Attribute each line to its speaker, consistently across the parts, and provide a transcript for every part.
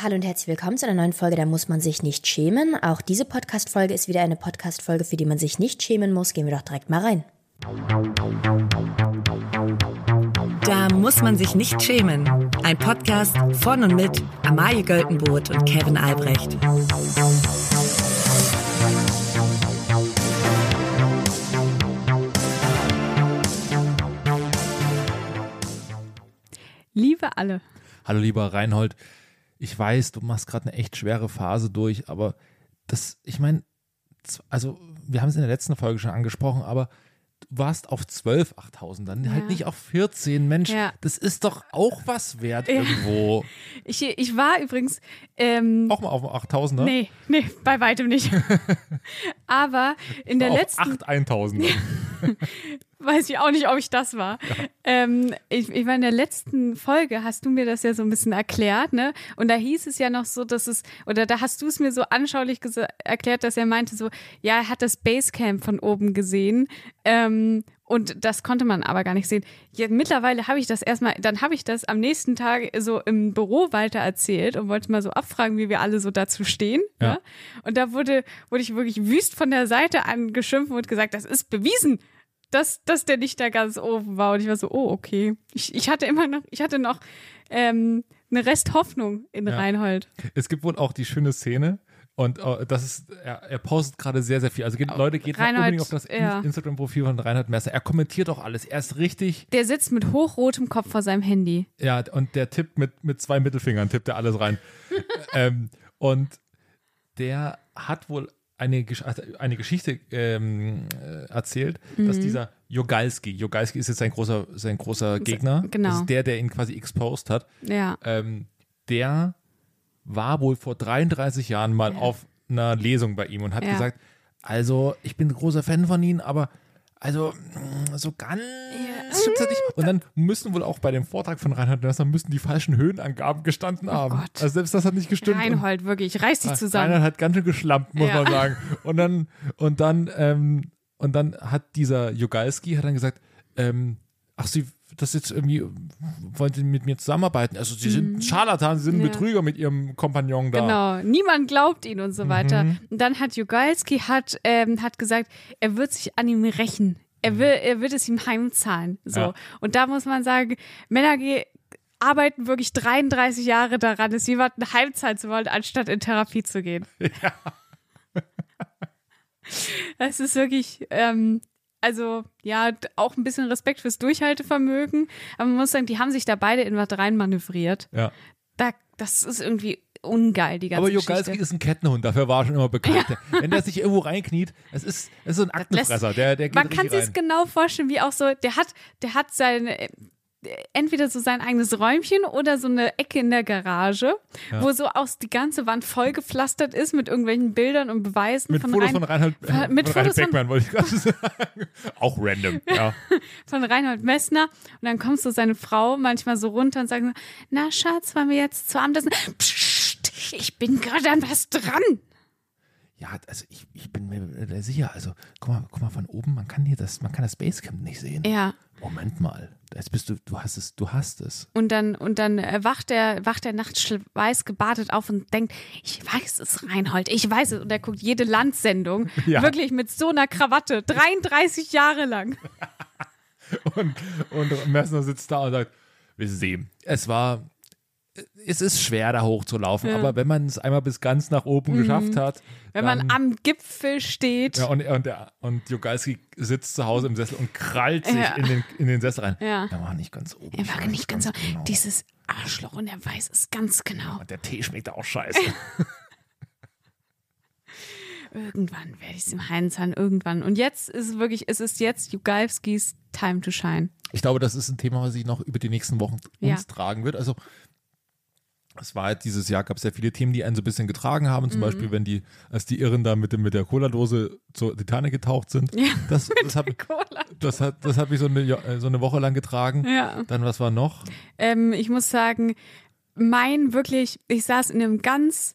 Speaker 1: Hallo und herzlich willkommen zu einer neuen Folge Da muss man sich nicht schämen. Auch diese Podcast-Folge ist wieder eine Podcast-Folge, für die man sich nicht schämen muss. Gehen wir doch direkt mal rein.
Speaker 2: Da muss man sich nicht schämen. Ein Podcast von und mit Amalie Göltenboot und Kevin Albrecht.
Speaker 3: Liebe alle.
Speaker 4: Hallo lieber Reinhold, ich weiß, du machst gerade eine echt schwere Phase durch, aber das, ich meine, z- also wir haben es in der letzten Folge schon angesprochen, aber du warst auf 12, 8000, dann halt
Speaker 3: Ja.
Speaker 4: nicht auf 14, Mensch,
Speaker 3: Ja.
Speaker 4: das ist doch auch was wert irgendwo.
Speaker 3: Ich, ich war übrigens. Ähm,
Speaker 4: Auch mal auf 8000, ne?
Speaker 3: Nee, nee, bei weitem nicht. Aber in der
Speaker 4: auf
Speaker 3: letzten
Speaker 4: 8 1000.
Speaker 3: weiß ich auch nicht, ob ich das war. Ähm, ich, ich war in der letzten Folge, hast du mir das ja so ein bisschen erklärt, ne? Und da hieß es ja noch so, dass es, oder da hast du es mir so anschaulich gesa- erklärt, dass er meinte so, ja, er hat das Basecamp von oben gesehen. Ähm, und das konnte man aber gar nicht sehen. Ja, mittlerweile habe ich das erstmal, dann habe ich das am nächsten Tag so im Büro weiter erzählt und wollte mal so abfragen, wie wir alle so dazu stehen.
Speaker 4: Ja.
Speaker 3: Ne? Und da wurde, wurde ich wirklich wüst von der Seite angeschimpft und gesagt, das ist bewiesen dass, dass der nicht da ganz oben war. Und ich war so, oh, okay. Ich, ich hatte immer noch, ich hatte noch ähm, eine Resthoffnung in
Speaker 4: Ja.
Speaker 3: Reinhold.
Speaker 4: Es gibt wohl auch die schöne Szene. Und äh, das ist, er, er postet gerade sehr, sehr viel. Also geht, Leute, geht mal
Speaker 3: Reinhard,
Speaker 4: unbedingt auf das In-
Speaker 3: ja.
Speaker 4: Instagram-Profil von Reinhard Messer. Er kommentiert auch alles. Er ist richtig,
Speaker 3: Der sitzt mit hochrotem Kopf vor seinem Handy.
Speaker 4: Ja, und der tippt mit, mit zwei Mittelfingern, tippt er alles rein. ähm, und der hat wohl eine, Gesch- also eine Geschichte ähm, äh, erzählt, dass dieser Jogalski, Jogalski ist jetzt sein großer, sein großer Gegner,
Speaker 3: genau.
Speaker 4: das ist der, der ihn quasi exposed hat,
Speaker 3: Ja.
Speaker 4: ähm, der war wohl vor 33 Jahren mal auf einer Lesung bei ihm und hat
Speaker 3: Ja.
Speaker 4: gesagt, also ich bin großer Fan von Ihnen, aber also mh, so ganz stimmt's halt nicht. Und dann müssen wohl auch bei dem Vortrag von Reinhard Nössner müssen die falschen Höhenangaben gestanden haben.
Speaker 3: Oh Gott.
Speaker 4: Also selbst das hat nicht gestimmt. Und-
Speaker 3: Reinhold, wirklich, reiß
Speaker 4: Äh,
Speaker 3: dich zusammen.
Speaker 4: Reinhard hat ganz schön geschlampt, muss
Speaker 3: Ja.
Speaker 4: man sagen. Und dann, und dann, ähm, und dann hat dieser Jogalski hat dann gesagt, ähm, ach, sie, das jetzt irgendwie, wollen sie mit mir zusammenarbeiten? Also sie sind ein Scharlatan, sie sind ein
Speaker 3: Mhm. Ja.
Speaker 4: Betrüger mit ihrem Kompagnon da.
Speaker 3: Genau, Mhm. niemand glaubt ihn und so weiter. Und dann hat Jugalski hat, ähm, hat gesagt, er wird sich an ihm rächen. Er, will, er wird es ihm heimzahlen. So.
Speaker 4: Ja.
Speaker 3: Und da muss man sagen, Männer ge- arbeiten wirklich 33 Jahre daran, es jemanden heimzahlen zu wollen, anstatt in Therapie zu gehen. Ja. Das ist wirklich, ähm, also ja, d- auch ein bisschen Respekt fürs Durchhaltevermögen. Aber man muss sagen, die haben sich da beide in was reinmanövriert.
Speaker 4: Ja.
Speaker 3: Da, das ist irgendwie ungeil, die ganze
Speaker 4: Aber
Speaker 3: Geschichte.
Speaker 4: Jogalski ist ein Kettenhund, dafür war er schon immer bekannt. Wenn der sich irgendwo reinkniet, es ist, es ist so ein Aktenfresser, der, der geht
Speaker 3: Man kann
Speaker 4: richtig
Speaker 3: sich
Speaker 4: rein.
Speaker 3: genau vorstellen, wie auch so, der hat, der hat sein, äh, entweder so sein eigenes Räumchen oder so eine Ecke in der Garage, wo so aus die ganze Wand vollgepflastert ist mit irgendwelchen Bildern und Beweisen
Speaker 4: mit
Speaker 3: von,
Speaker 4: Fotos
Speaker 3: Rein-
Speaker 4: von Reinhard,
Speaker 3: Ver- mit
Speaker 4: von
Speaker 3: Fotos
Speaker 4: Reinhard
Speaker 3: von-
Speaker 4: Beckmann, wollte ich gerade sagen. Auch random, ja.
Speaker 3: von Reinhold Messner. Und dann kommst du seine Frau manchmal so runter und sagst, so, na Schatz, wollen wir jetzt zu Abendessen? Psst, ich bin gerade an was dran.
Speaker 4: Ja, also ich, ich bin mir da sicher. Also guck mal, guck mal von oben, man kann hier das, man kann das Basecamp nicht sehen.
Speaker 3: Ja.
Speaker 4: Moment mal, jetzt bist du, du hast es, du hast es.
Speaker 3: Und dann, und dann äh, wacht er, wacht er nachts schweißgebadet auf und denkt, ich weiß es, Reinhold, ich weiß es. Und er guckt jede Landsendung,
Speaker 4: Ja.
Speaker 3: wirklich mit so einer Krawatte, 33 Jahre lang.
Speaker 4: Und, und Messner sitzt da und sagt, wir sehen. Es war, es ist schwer da hochzulaufen, aber wenn man es einmal bis ganz nach oben geschafft hat,
Speaker 3: Mhm. Wenn
Speaker 4: dann,
Speaker 3: man am Gipfel steht.
Speaker 4: ja, und, und, der, und Jogalski sitzt zu Hause im Sessel und krallt sich
Speaker 3: Ja.
Speaker 4: in, den, in den Sessel rein.
Speaker 3: Ja.
Speaker 4: Er war nicht ganz oben.
Speaker 3: er
Speaker 4: ich
Speaker 3: war
Speaker 4: weiß
Speaker 3: nicht ganz so,
Speaker 4: genau.
Speaker 3: dieses Arschloch und er weiß es ganz genau.
Speaker 4: Und der Tee schmeckt auch scheiße.
Speaker 3: Irgendwann werde ich es ihm heimzahlen, irgendwann. Und jetzt ist wirklich, es ist jetzt Jugalskis Time to Shine.
Speaker 4: Ich glaube, das ist ein Thema, was sich noch über die nächsten Wochen
Speaker 3: Ja.
Speaker 4: uns tragen wird. Also es war halt dieses Jahr, gab es ja viele Themen, die einen so ein bisschen getragen haben.
Speaker 3: Mhm.
Speaker 4: Zum Beispiel, wenn die, als die Irren da mit, dem, mit der Cola-Dose zur Titanic getaucht sind.
Speaker 3: Ja,
Speaker 4: das, das hat,
Speaker 3: Cola.
Speaker 4: das hat, das hat mich so eine, Jo- äh, so eine Woche lang getragen.
Speaker 3: Ja.
Speaker 4: Dann, was war noch?
Speaker 3: Ähm, ich muss sagen, mein wirklich, ich saß in einem ganz,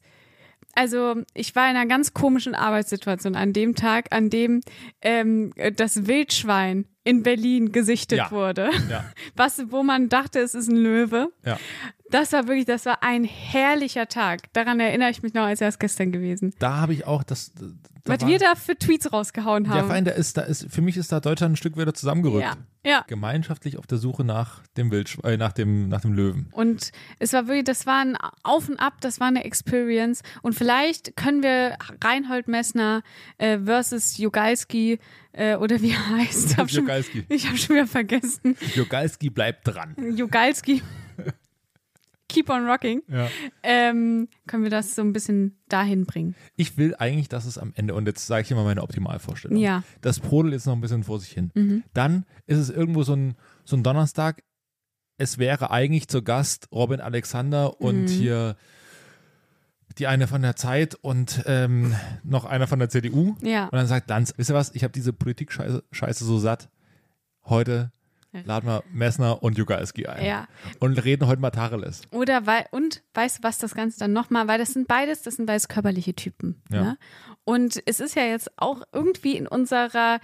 Speaker 3: also ich war in einer ganz komischen Arbeitssituation an dem Tag, an dem ähm, das Wildschwein in Berlin gesichtet
Speaker 4: Ja.
Speaker 3: wurde.
Speaker 4: Ja,
Speaker 3: Was, wo man dachte, es ist ein Löwe.
Speaker 4: ja.
Speaker 3: Das war wirklich, das war ein herrlicher Tag. Daran erinnere ich mich noch, als wäre es gestern gewesen.
Speaker 4: Da habe ich auch das. Da
Speaker 3: Was
Speaker 4: war-
Speaker 3: wir da für Tweets rausgehauen
Speaker 4: Ja,
Speaker 3: haben.
Speaker 4: fein, da ist, da ist, für mich ist da Deutschland ein Stück wieder zusammengerückt.
Speaker 3: ja. ja.
Speaker 4: Gemeinschaftlich auf der Suche nach dem Wildschwein, äh, nach dem, nach dem Löwen.
Speaker 3: Und es war wirklich, das war ein Auf und Ab, das war eine Experience. Und vielleicht können wir Reinhold Messner äh, versus Jogalski äh, oder wie er heißt. Hab schon,
Speaker 4: Jogalski.
Speaker 3: ich habe schon wieder vergessen.
Speaker 4: Jogalski bleibt dran.
Speaker 3: Jogalski. Keep on rocking.
Speaker 4: Ja.
Speaker 3: Ähm, können wir das so ein bisschen dahin bringen?
Speaker 4: Ich will eigentlich, dass es am Ende, und jetzt sage ich immer meine Optimalvorstellung,
Speaker 3: Ja. Mhm.
Speaker 4: das brodelt jetzt noch ein bisschen vor sich hin. Dann ist es irgendwo so ein, so ein Donnerstag, es wäre eigentlich zu Gast Robin Alexander
Speaker 3: Mhm.
Speaker 4: und hier die eine von der Zeit und ähm, noch einer von der CDU.
Speaker 3: Ja.
Speaker 4: Und dann sagt Lanz, wisst ihr was, ich habe diese Politik-Scheiße Scheiße so satt, heute laden wir Messner und Jugalski ein.
Speaker 3: Ja.
Speaker 4: Und reden heute mal Tacheles.
Speaker 3: Oder weil, und weißt du, was das Ganze dann nochmal, weil das sind beides, das sind beides körperliche Typen.
Speaker 4: Ja.
Speaker 3: Ne? Und es ist ja jetzt auch irgendwie in unserer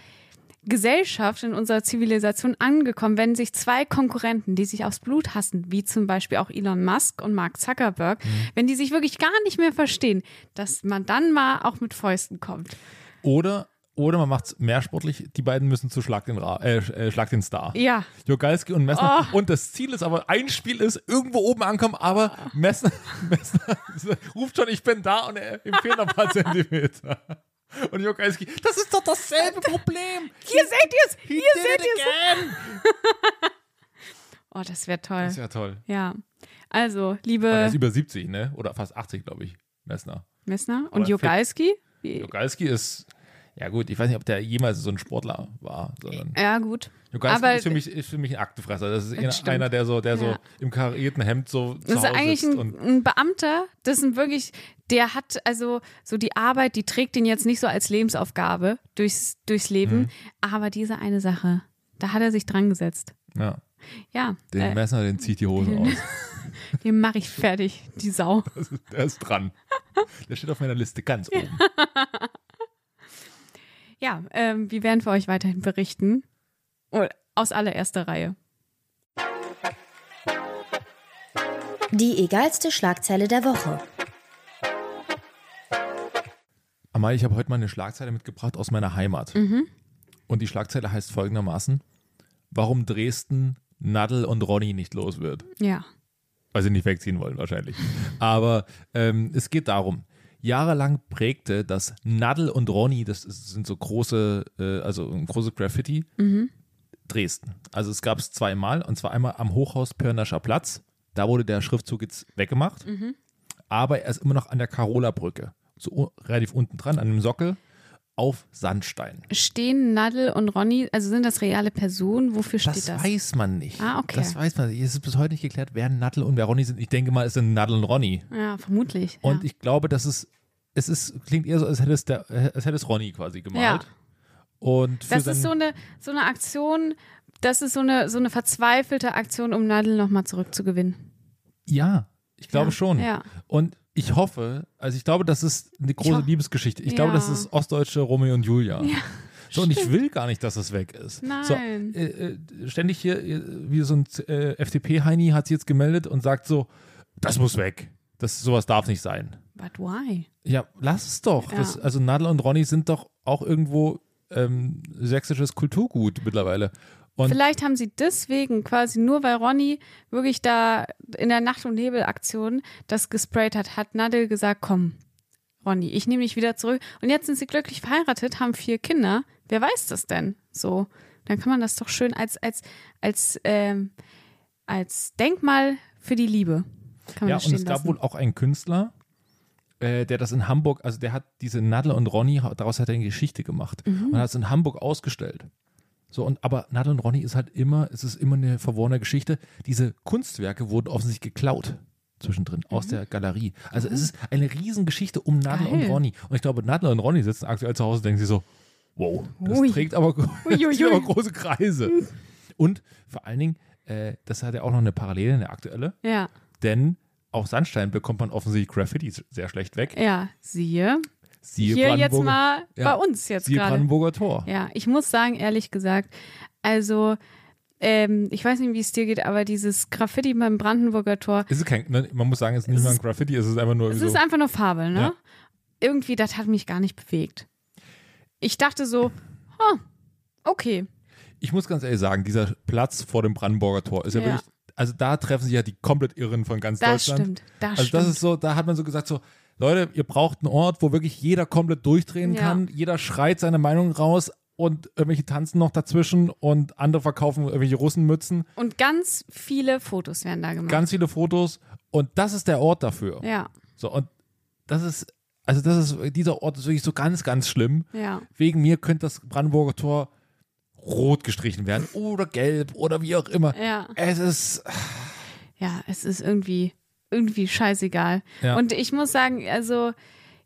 Speaker 3: Gesellschaft, in unserer Zivilisation angekommen, wenn sich zwei Konkurrenten, die sich aufs Blut hassen, wie zum Beispiel auch Elon Musk und Mark Zuckerberg,
Speaker 4: Mhm.
Speaker 3: wenn die sich wirklich gar nicht mehr verstehen, dass man dann mal auch mit Fäusten kommt.
Speaker 4: Oder, oder man macht es mehr sportlich, die beiden müssen zu Schlag den, Ra äh, äh, Schlag den Star.
Speaker 3: Ja.
Speaker 4: Jogalski und
Speaker 3: Ah.
Speaker 4: Messner. Und das Ziel ist aber, ein Spiel ist, irgendwo oben ankommen, aber Messner, Messner ruft schon, ich bin da und er ihm fehlen ein paar Zentimeter. Und Jogalski, das ist doch dasselbe Problem.
Speaker 3: Hier seht ihr es! Hier
Speaker 4: did
Speaker 3: seht
Speaker 4: it
Speaker 3: ihr es!
Speaker 4: again.
Speaker 3: Oh, das wäre toll.
Speaker 4: Das ist ja toll.
Speaker 3: ja. Also,
Speaker 4: Und er
Speaker 3: liebe
Speaker 4: ist über 70, ne? Oder fast 80, glaube ich, Messner.
Speaker 3: Messner und
Speaker 4: Oder
Speaker 3: Jogalski. Wie-
Speaker 4: Jogalski ist, ja gut, ich weiß nicht, ob der jemals so ein Sportler war, sondern.
Speaker 3: Ja, gut.
Speaker 4: Jogalski
Speaker 3: Äh, Aber
Speaker 4: ist für, mich, ist für mich ein Aktenfresser. Das ist
Speaker 3: Das
Speaker 4: eher
Speaker 3: stimmt.
Speaker 4: einer, der so, der so
Speaker 3: Ja.
Speaker 4: im karierten Hemd so zu
Speaker 3: Das ist
Speaker 4: Hause
Speaker 3: eigentlich
Speaker 4: sitzt
Speaker 3: ein,
Speaker 4: und
Speaker 3: ein Beamter, das sind wirklich, der hat also so die Arbeit, die trägt ihn jetzt nicht so als Lebensaufgabe durchs, durchs
Speaker 4: Mhm.
Speaker 3: Leben, aber diese eine Sache, da hat er sich dran gesetzt.
Speaker 4: ja,
Speaker 3: Ja,
Speaker 4: den
Speaker 3: äh,
Speaker 4: Messer, den zieht die Hose aus.
Speaker 3: den mache ich fertig, die Sau.
Speaker 4: Das ist, der ist dran. Der steht auf meiner Liste ganz oben.
Speaker 3: Ja, ähm, wir werden für euch weiterhin berichten. Oh, Aus allererster Reihe.
Speaker 1: Die egalste Schlagzeile der Woche.
Speaker 4: Amal, ich habe heute mal eine Schlagzeile mitgebracht aus meiner Heimat. Und die Schlagzeile heißt folgendermaßen: Warum Dresden Nadel und Ronny nicht los wird.
Speaker 3: Ja.
Speaker 4: weil sie nicht wegziehen wollen wahrscheinlich. Aber ähm, es geht darum. Jahrelang prägte das Nadel und Ronny, das ist- sind so große, äh, also ein großes Graffiti,
Speaker 3: Mhm.
Speaker 4: Dresden. Also es gab es zweimal und zwar einmal am Hochhaus Pörnerscher Platz. Da wurde der Schriftzug jetzt weggemacht,
Speaker 3: Mhm.
Speaker 4: aber er ist immer noch an der Karola-Brücke, so u- relativ unten dran, an dem Sockel, auf Sandstein.
Speaker 3: Stehen Nadel und Ronny, also sind das reale Personen? Wofür steht
Speaker 4: Das,
Speaker 3: das?
Speaker 4: weiß man nicht.
Speaker 3: Ah, okay.
Speaker 4: Das weiß man nicht. Es ist bis heute nicht geklärt, wer Nadel und wer Ronny sind. Ich denke mal, es sind Nadel und Ronny.
Speaker 3: Ja, vermutlich.
Speaker 4: Und
Speaker 3: ja.
Speaker 4: ich glaube, dass es, es ist, klingt eher so, als hätte es, der, als hätte es Ronny quasi gemalt.
Speaker 3: Ja.
Speaker 4: Und für
Speaker 3: Das
Speaker 4: sein,
Speaker 3: ist so eine, so eine Aktion, das ist so eine, so eine verzweifelte Aktion, um Nadel nochmal zurückzugewinnen.
Speaker 4: Ja, ich glaube
Speaker 3: Ja,
Speaker 4: schon.
Speaker 3: ja.
Speaker 4: Und ich hoffe, also ich glaube, das ist eine große
Speaker 3: ho-
Speaker 4: Liebesgeschichte. Ich glaube, das
Speaker 3: Ja.
Speaker 4: ist ostdeutsche Romeo und Julia. So, und ich will gar nicht, dass das weg ist. So,
Speaker 3: Nein.
Speaker 4: äh, äh, ständig hier, äh, wie so ein äh, FDP-Heini hat sich jetzt gemeldet und sagt so, das muss weg. Das, sowas darf nicht sein.
Speaker 3: But why?
Speaker 4: Ja, lass es doch.
Speaker 3: Ja.
Speaker 4: Das, also Nadel und Ronny sind doch auch irgendwo ähm, sächsisches Kulturgut mittlerweile. Und
Speaker 3: Vielleicht haben sie deswegen quasi nur, weil Ronny wirklich da in der Nacht- und Nebel-Aktion das gesprayt hat, hat Nadel gesagt, komm, Ronny, ich nehme dich wieder zurück. Und jetzt sind sie glücklich verheiratet, haben vier Kinder. Wer weiß das denn? So, dann kann man das doch schön als, als, als, ähm, als Denkmal für die Liebe. Kann man
Speaker 4: ja,
Speaker 3: das
Speaker 4: und
Speaker 3: stehen
Speaker 4: es gab
Speaker 3: lassen.
Speaker 4: wohl auch einen Künstler, äh, der das in Hamburg, also der hat diese Nadel und Ronny, daraus hat er eine Geschichte gemacht
Speaker 3: Mhm.
Speaker 4: und hat es in Hamburg ausgestellt. So, und aber Nadel und Ronny ist halt immer, es ist immer eine verworrene Geschichte. Diese Kunstwerke wurden offensichtlich geklaut zwischendrin aus der Galerie. Also es ist eine Riesengeschichte um Nadel und
Speaker 3: Mhm. Geil.
Speaker 4: Ronny. Und ich glaube, Nadel und Ronny sitzen aktuell zu Hause und denken sich so, wow, das
Speaker 3: Ui. Hm.
Speaker 4: trägt aber, das
Speaker 3: Uiuiui.
Speaker 4: zieht aber große Kreise. Und vor allen Dingen, äh, das hat ja auch noch eine Parallele, eine aktuelle
Speaker 3: ja,
Speaker 4: denn auf Sandstein bekommt man offensichtlich Graffiti sehr schlecht weg.
Speaker 3: ja, siehe.
Speaker 4: Siehe
Speaker 3: hier jetzt
Speaker 4: Brandenburger-
Speaker 3: mal
Speaker 4: Ja.
Speaker 3: bei uns jetzt
Speaker 4: Siehe
Speaker 3: gerade.
Speaker 4: Brandenburger Tor.
Speaker 3: Ja, ich muss sagen, ehrlich gesagt, also ähm, ich weiß nicht, wie es dir geht, aber dieses Graffiti beim Brandenburger Tor,
Speaker 4: Es ist kein, ne, man muss sagen, es ist nicht mal ein Graffiti, es ist einfach nur
Speaker 3: es
Speaker 4: so.
Speaker 3: ist einfach nur Farbe, ne?
Speaker 4: Ja.
Speaker 3: Irgendwie, das hat mich gar nicht bewegt. Ich dachte so, ah, okay.
Speaker 4: ich muss ganz ehrlich sagen, dieser Platz vor dem Brandenburger Tor ist ja,
Speaker 3: Ja.
Speaker 4: wirklich, also da treffen sich ja die komplett Irren von ganz
Speaker 3: Das
Speaker 4: Deutschland.
Speaker 3: stimmt, das
Speaker 4: also das
Speaker 3: stimmt.
Speaker 4: ist so, da hat man so gesagt so, Leute, ihr braucht einen Ort, wo wirklich jeder komplett durchdrehen
Speaker 3: Ja.
Speaker 4: kann, jeder schreit seine Meinung raus und irgendwelche tanzen noch dazwischen und andere verkaufen irgendwelche Russenmützen,
Speaker 3: Und ganz viele Fotos werden da gemacht.
Speaker 4: ganz viele Fotos und das ist der Ort dafür.
Speaker 3: ja,
Speaker 4: So und das ist, also das ist, dieser Ort ist wirklich so ganz, ganz schlimm.
Speaker 3: ja.
Speaker 4: Wegen mir könnte das Brandenburger Tor rot gestrichen werden oder gelb oder wie auch immer.
Speaker 3: Ja.
Speaker 4: Es ist,
Speaker 3: ja, es ist irgendwie, irgendwie scheißegal.
Speaker 4: Ja.
Speaker 3: Und ich muss sagen, also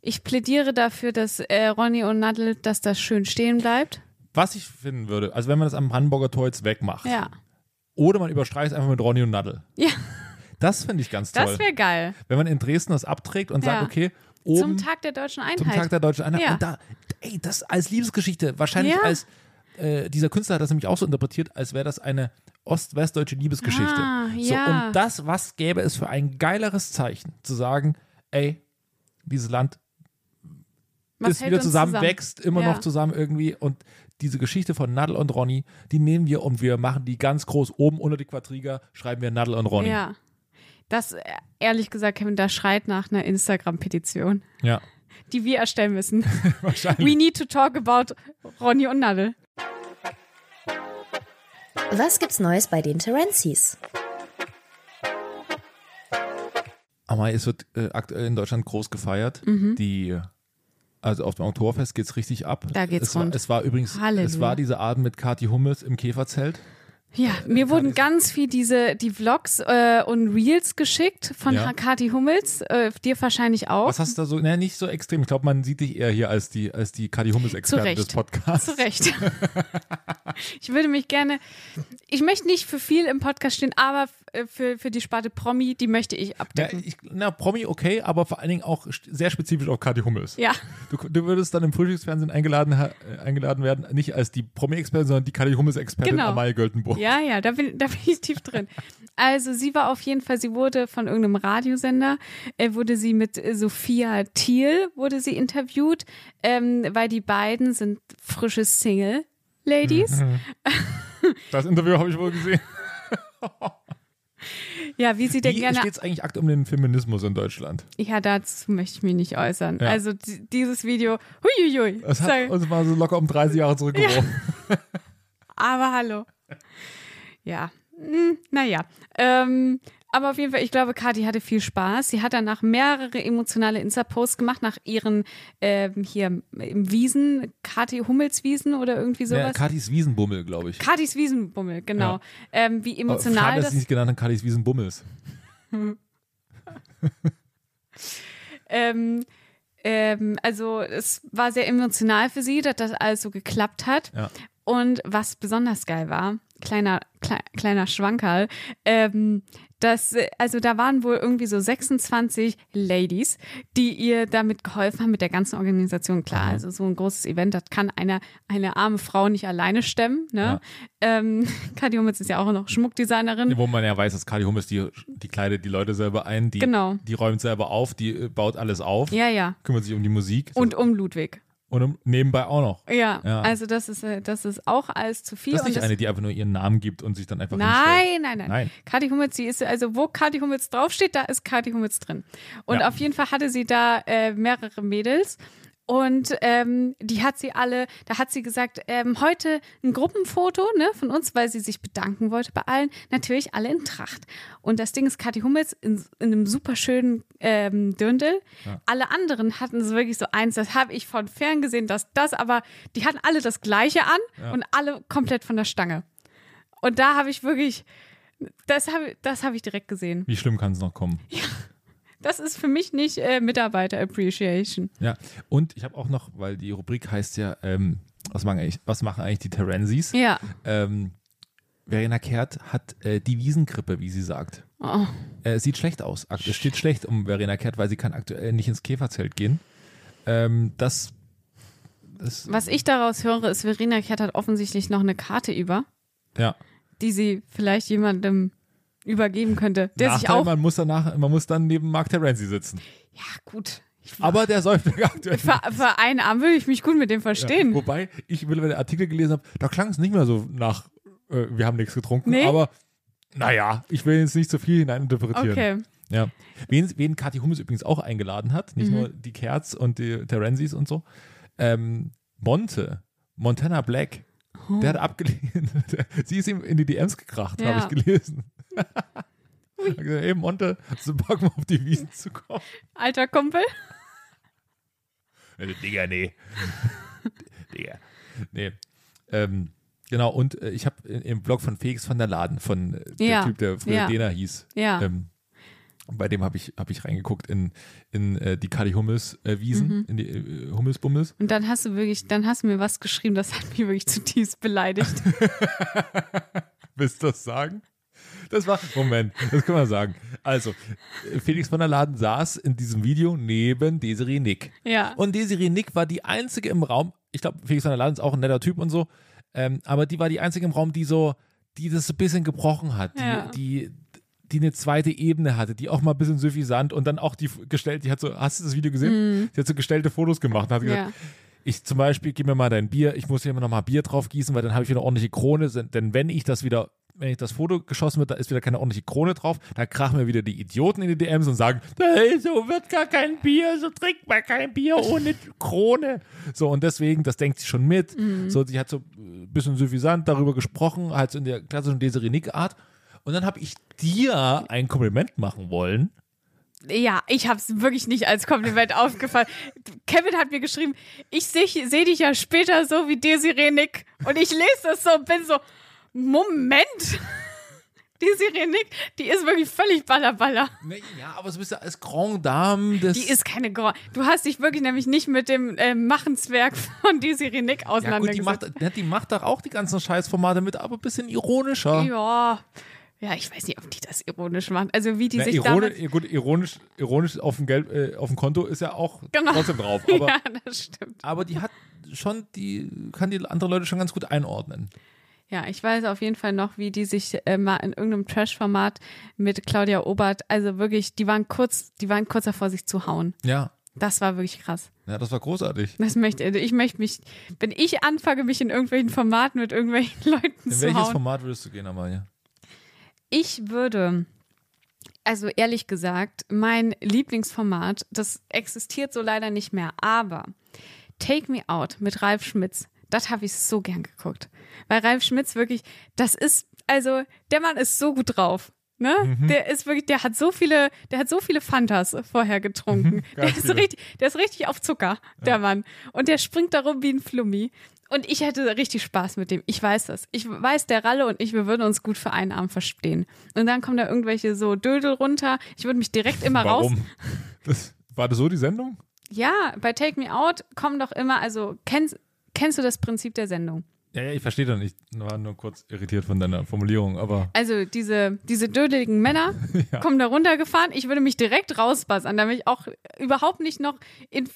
Speaker 3: ich plädiere dafür, dass äh, Ronny und Nadel, dass das schön stehen bleibt.
Speaker 4: was ich finden würde, also wenn man das am Brandenburger Tor jetzt wegmacht
Speaker 3: Ja.
Speaker 4: oder man überstreicht es einfach mit Ronny und Nadel.
Speaker 3: Ja,
Speaker 4: Das finde ich ganz toll.
Speaker 3: das wäre geil.
Speaker 4: Wenn man in Dresden das abträgt und sagt,
Speaker 3: Ja.
Speaker 4: okay,
Speaker 3: Zum
Speaker 4: oben
Speaker 3: Tag der deutschen Einheit.
Speaker 4: zum Tag der deutschen Einheit
Speaker 3: Ja.
Speaker 4: und da, ey, das als Liebesgeschichte, wahrscheinlich
Speaker 3: Ja.
Speaker 4: als, äh, dieser Künstler hat das nämlich auch so interpretiert, als wäre das eine ost-westdeutsche Liebesgeschichte.
Speaker 3: Ah,
Speaker 4: so,
Speaker 3: ja.
Speaker 4: Und das, was gäbe es für ein geileres Zeichen, zu sagen, ey, dieses Land
Speaker 3: Was
Speaker 4: ist
Speaker 3: hält
Speaker 4: wieder
Speaker 3: uns
Speaker 4: zusammen, wächst immer
Speaker 3: Ja.
Speaker 4: noch zusammen irgendwie. Und diese Geschichte von Nadel und Ronny, die nehmen wir und wir machen die ganz groß oben unter die Quadriga, schreiben wir Nadel und Ronny.
Speaker 3: Ja. Das, äh, ehrlich gesagt, Kevin, da schreit nach einer Instagram-Petition,
Speaker 4: Ja.
Speaker 3: die wir erstellen müssen.
Speaker 4: wahrscheinlich.
Speaker 3: We need to talk about Ronny und Nadel.
Speaker 1: Was gibt's Neues bei den Terenzis?
Speaker 4: Aber es wird äh, aktuell in Deutschland groß gefeiert.
Speaker 3: Mhm.
Speaker 4: Die, also auf dem Oktoberfest geht es richtig ab.
Speaker 3: Da geht's
Speaker 4: es war,
Speaker 3: rund.
Speaker 4: Es war übrigens, es
Speaker 3: Halleluja.
Speaker 4: war diese Abend mit Kathi Hummels im Käferzelt.
Speaker 3: Ja,
Speaker 4: Äh,
Speaker 3: mir wurden ganz viel diese, die Vlogs äh, und Reels geschickt von
Speaker 4: Ja.
Speaker 3: ja. Kati Hummels, äh, dir wahrscheinlich auch.
Speaker 4: Was hast du da so? Naja, nicht so extrem. Ich glaube, man sieht dich eher hier als die, als die Kathi Hummels-Expertin
Speaker 3: Zu
Speaker 4: des
Speaker 3: Recht.
Speaker 4: Podcasts.
Speaker 3: Zu Recht. Ich würde mich gerne, ich möchte nicht für viel im Podcast stehen, aber äh, für, für die Sparte Promi, die möchte ich
Speaker 4: Na,
Speaker 3: abdecken.
Speaker 4: ich, na, Promi okay, aber vor allen Dingen auch st- sehr spezifisch auf Kathi Hummels.
Speaker 3: Ja,
Speaker 4: Du, du würdest dann im Frühstücksfernsehen eingeladen, ha- äh, eingeladen werden, nicht als die Promi-Expertin, sondern die Kathi Hummels-Expertin
Speaker 3: Genau.
Speaker 4: Amalie Göltenburg.
Speaker 3: ja, ja, da bin, da bin ich tief drin. Also sie war auf jeden Fall, sie wurde von irgendeinem Radiosender, äh, wurde sie mit äh, Sophia Thiel, wurde sie interviewt, ähm, weil die beiden sind frische
Speaker 4: Mhm.
Speaker 3: Single-Ladies.
Speaker 4: Das Interview habe ich wohl gesehen.
Speaker 3: Ja, wie sie denn
Speaker 4: Wie
Speaker 3: gerne
Speaker 4: steht es eigentlich aktuell um den Feminismus in Deutschland?
Speaker 3: Ja, dazu möchte ich mich nicht äußern.
Speaker 4: Ja.
Speaker 3: Also di- dieses Video, huiuiui.
Speaker 4: Das hat
Speaker 3: Sorry.
Speaker 4: uns mal so locker um 30 Jahre zurückgeworfen.
Speaker 3: Aber hallo. Ja, hm, naja. Ähm, aber auf jeden Fall, ich glaube, Kathi hatte viel Spaß. Sie hat danach mehrere emotionale Insta-Posts gemacht nach ihren ähm, hier im Wiesen, Kathi Hummelswiesen oder irgendwie
Speaker 4: Ja.
Speaker 3: sowas.
Speaker 4: Kathis Wiesenbummel, glaube ich.
Speaker 3: Kathis Wiesenbummel, genau.
Speaker 4: Ja.
Speaker 3: Ähm, wie
Speaker 4: Aber Schade,
Speaker 3: emotional
Speaker 4: dass
Speaker 3: das
Speaker 4: sie nicht genannt haben, Kathis Wiesenbummels.
Speaker 3: ähm, ähm, also es war sehr emotional für sie, dass das alles so geklappt hat.
Speaker 4: Ja.
Speaker 3: Und was besonders geil war, kleiner, klei- kleiner Schwankerl, ähm, dass, äh, also da waren wohl irgendwie so 26 Ladies, die ihr damit geholfen haben mit der ganzen Organisation. Klar, also so ein großes Event, das kann eine, eine arme Frau nicht alleine stemmen. Ne? Ähm, Kadi Hummels ist ja auch noch Schmuckdesignerin.
Speaker 4: Wo man ja weiß, dass Kathi Hummels, die, die kleidet die Leute selber ein, die,
Speaker 3: Genau.
Speaker 4: die räumt selber auf, die äh, baut alles auf,
Speaker 3: Ja, ja.
Speaker 4: kümmert sich um die Musik
Speaker 3: Und um Ludwig.
Speaker 4: und um, nebenbei auch noch.
Speaker 3: Ja,
Speaker 4: Ja.
Speaker 3: also das ist, äh, das ist auch alles zu viel.
Speaker 4: Das ist
Speaker 3: und
Speaker 4: nicht
Speaker 3: das-
Speaker 4: eine, die einfach nur ihren Namen gibt und sich dann einfach hinstellt.
Speaker 3: Nein, nein, nein,
Speaker 4: Nein.
Speaker 3: Kathi Hummels, die ist, also wo Kathi Hummels draufsteht, da ist Kathi Hummels drin. Und
Speaker 4: Ja.
Speaker 3: auf jeden Fall hatte sie da äh, mehrere Mädels. Und ähm, die hat sie alle, da hat sie gesagt, ähm, heute ein Gruppenfoto ne, von uns, weil sie sich bedanken wollte bei allen. Natürlich alle in Tracht. Und das Ding ist, Kathi Hummels in, in einem super schönen ähm, Dirndl. Alle anderen hatten so wirklich so eins, das habe ich von fern gesehen, dass das, aber die hatten alle das Gleiche an und alle komplett von der Stange. Und da habe ich wirklich, das habe das hab ich direkt gesehen.
Speaker 4: Wie schlimm kann es noch kommen?
Speaker 3: Das ist für mich nicht äh, Mitarbeiter-Appreciation.
Speaker 4: Ja, und ich habe auch noch, weil die Rubrik heißt ja, ähm, was, machen eigentlich, was machen eigentlich die Terenzis?
Speaker 3: Ja.
Speaker 4: Ähm, Verena Kehrt hat äh, die Wiesengrippe, wie sie sagt.
Speaker 3: Oh.
Speaker 4: Äh, es sieht schlecht aus. Akt- Es steht schlecht um Verena Kehrt, weil sie kann aktuell nicht ins Käferzelt gehen. Ähm, das, das,
Speaker 3: halt Was ich daraus höre, ist, Verena Kehrt hat offensichtlich noch eine Karte über.
Speaker 4: ja.
Speaker 3: die sie vielleicht jemandem übergeben könnte, der sich
Speaker 4: Nachteil,
Speaker 3: auch.
Speaker 4: man muss danach, man muss dann neben Mark Terenzi sitzen.
Speaker 3: Ja, gut. Ich,
Speaker 4: Aber der säuft mir aktuell.
Speaker 3: für, für einen Arm würde ich mich gut mit dem verstehen.
Speaker 4: Wobei, ich mittlerweile Artikel gelesen habe, da klang es nicht mehr so nach, äh, wir haben nichts getrunken,
Speaker 3: Nee.
Speaker 4: aber naja, ich will jetzt nicht so viel hineininterpretieren.
Speaker 3: okay.
Speaker 4: Ja. Wen, wen Kathi Hummels übrigens auch eingeladen hat, nicht nur die Kerz und die Terenzis und so, ähm, Monte, Montana Black, der hat abgelehnt. Sie ist ihm in die DMs gekracht,
Speaker 3: Ja.
Speaker 4: habe ich gelesen. Hat gesagt, Hey Monte, hast du Bock mal auf die Wiesen zu kommen?
Speaker 3: Alter Kumpel.
Speaker 4: Also, Digga, nee. Digga. Nee. Ähm, genau, und äh, ich habe im Blog von Felix van der Laden, von äh, der
Speaker 3: Ja.
Speaker 4: Typ, der früher
Speaker 3: Ja.
Speaker 4: Dena hieß.
Speaker 3: Ja.
Speaker 4: Ähm, bei dem habe ich, hab ich reingeguckt in, in äh, die Kali Hummels äh, Wiesen, in die äh, Hummelsbummels.
Speaker 3: Und dann hast du wirklich, dann hast du mir was geschrieben, das hat mich wirklich zutiefst beleidigt.
Speaker 4: Willst du das sagen? Das war, Moment, das kann man sagen. Also, äh, Felix von der Laden saß in diesem Video neben Desiree Nick.
Speaker 3: Ja.
Speaker 4: Und Desiree Nick war die einzige im Raum, ich glaube, Felix von der Laden ist auch ein netter Typ und so, ähm, aber die war die einzige im Raum, die so, die das so ein bisschen gebrochen hat, die,
Speaker 3: Ja.
Speaker 4: die, die eine zweite Ebene hatte, die auch mal ein bisschen suffisant und dann auch die f- gestellt, die hat so, hast du das Video gesehen? Die hat so gestellte Fotos gemacht und hat gesagt,
Speaker 3: Mhm. ja.
Speaker 4: ich zum Beispiel, gib mir mal dein Bier, ich muss hier immer noch mal Bier drauf gießen, weil dann habe ich wieder eine ordentliche Krone, denn wenn ich das wieder, wenn ich das Foto geschossen wird, da ist wieder keine ordentliche Krone drauf, dann krachen mir wieder die Idioten in die DMs und sagen, "Hey, so wird gar kein Bier, so trinkt man kein Bier ohne Krone. So, und deswegen, das denkt sie schon mit,
Speaker 3: Mhm.
Speaker 4: so, sie hat so ein bisschen suffisant darüber gesprochen, halt so in der klassischen Deserinik-Art. Und dann habe ich dir ein Kompliment machen wollen.
Speaker 3: Ja, ich hab's wirklich nicht als Kompliment aufgefallen. Kevin hat mir geschrieben, ich sehe seh dich ja später so wie Desiree Nick. Und ich lese das so und bin so, Moment. Desiree Nick, die ist wirklich völlig ballerballer.
Speaker 4: Ja, aber so bist du als Grand Dame des...
Speaker 3: Die ist keine Gor. Du hast dich wirklich nämlich nicht mit dem äh, Machenswerk von Desiree Nick
Speaker 4: Ja, gut, die
Speaker 3: auseinandergesetzt.
Speaker 4: macht, ja, die macht doch auch die ganzen Scheißformate mit, aber ein bisschen ironischer.
Speaker 3: ja, ja, ich weiß nicht, ob die das ironisch machen. Also wie die
Speaker 4: Na,
Speaker 3: sich
Speaker 4: ironi
Speaker 3: damals...
Speaker 4: ja, gut, ironisch, ironisch auf dem Geld, äh, auf dem Konto ist ja auch
Speaker 3: Genau.
Speaker 4: trotzdem drauf. Aber,
Speaker 3: ja, das stimmt.
Speaker 4: aber die hat schon, die kann die anderen Leute schon ganz gut einordnen.
Speaker 3: Ja, ich weiß auf jeden Fall noch, wie die sich äh, mal in irgendeinem Trash-Format mit Claudia Obert, also wirklich, die waren kurz, die waren kurz davor, sich zu hauen.
Speaker 4: Ja.
Speaker 3: Das war wirklich krass.
Speaker 4: Ja, das war großartig.
Speaker 3: Das möchte, also ich möchte mich, wenn ich anfange, mich in irgendwelchen Formaten mit irgendwelchen Leuten
Speaker 4: In
Speaker 3: zu
Speaker 4: welches
Speaker 3: hauen.
Speaker 4: Format würdest du gehen, Amalia?
Speaker 3: Ich würde, also ehrlich gesagt, mein Lieblingsformat, das existiert so leider nicht mehr, aber Take Me Out mit Ralf Schmitz, das habe ich so gern geguckt. Weil Ralf Schmitz wirklich, das ist, also der Mann ist so gut drauf. Ne?
Speaker 4: Mhm.
Speaker 3: Der ist wirklich, der hat so viele, der hat so viele Fantas vorher getrunken. der,
Speaker 4: ganz
Speaker 3: ist
Speaker 4: viele.
Speaker 3: richtig, der ist richtig auf Zucker, der Mann. Und der springt darum wie ein Flummi. Und ich hätte richtig Spaß mit dem. Ich weiß das. Ich weiß, der Ralle und ich, wir würden uns gut für einen Arm verstehen. Und dann kommen da irgendwelche so Dödel runter. Ich würde mich direkt immer raus.
Speaker 4: Warum? Das, war das so die Sendung?
Speaker 3: Ja, bei Take Me Out kommen doch immer, also kennst, kennst du das Prinzip der Sendung?
Speaker 4: Ja, ja, ich verstehe doch nicht. Ich war nur kurz irritiert von deiner Formulierung, aber
Speaker 3: Also diese, diese dödeligen Männer kommen da runtergefahren. Ich würde mich direkt rausbassern, damit ich auch überhaupt nicht noch in,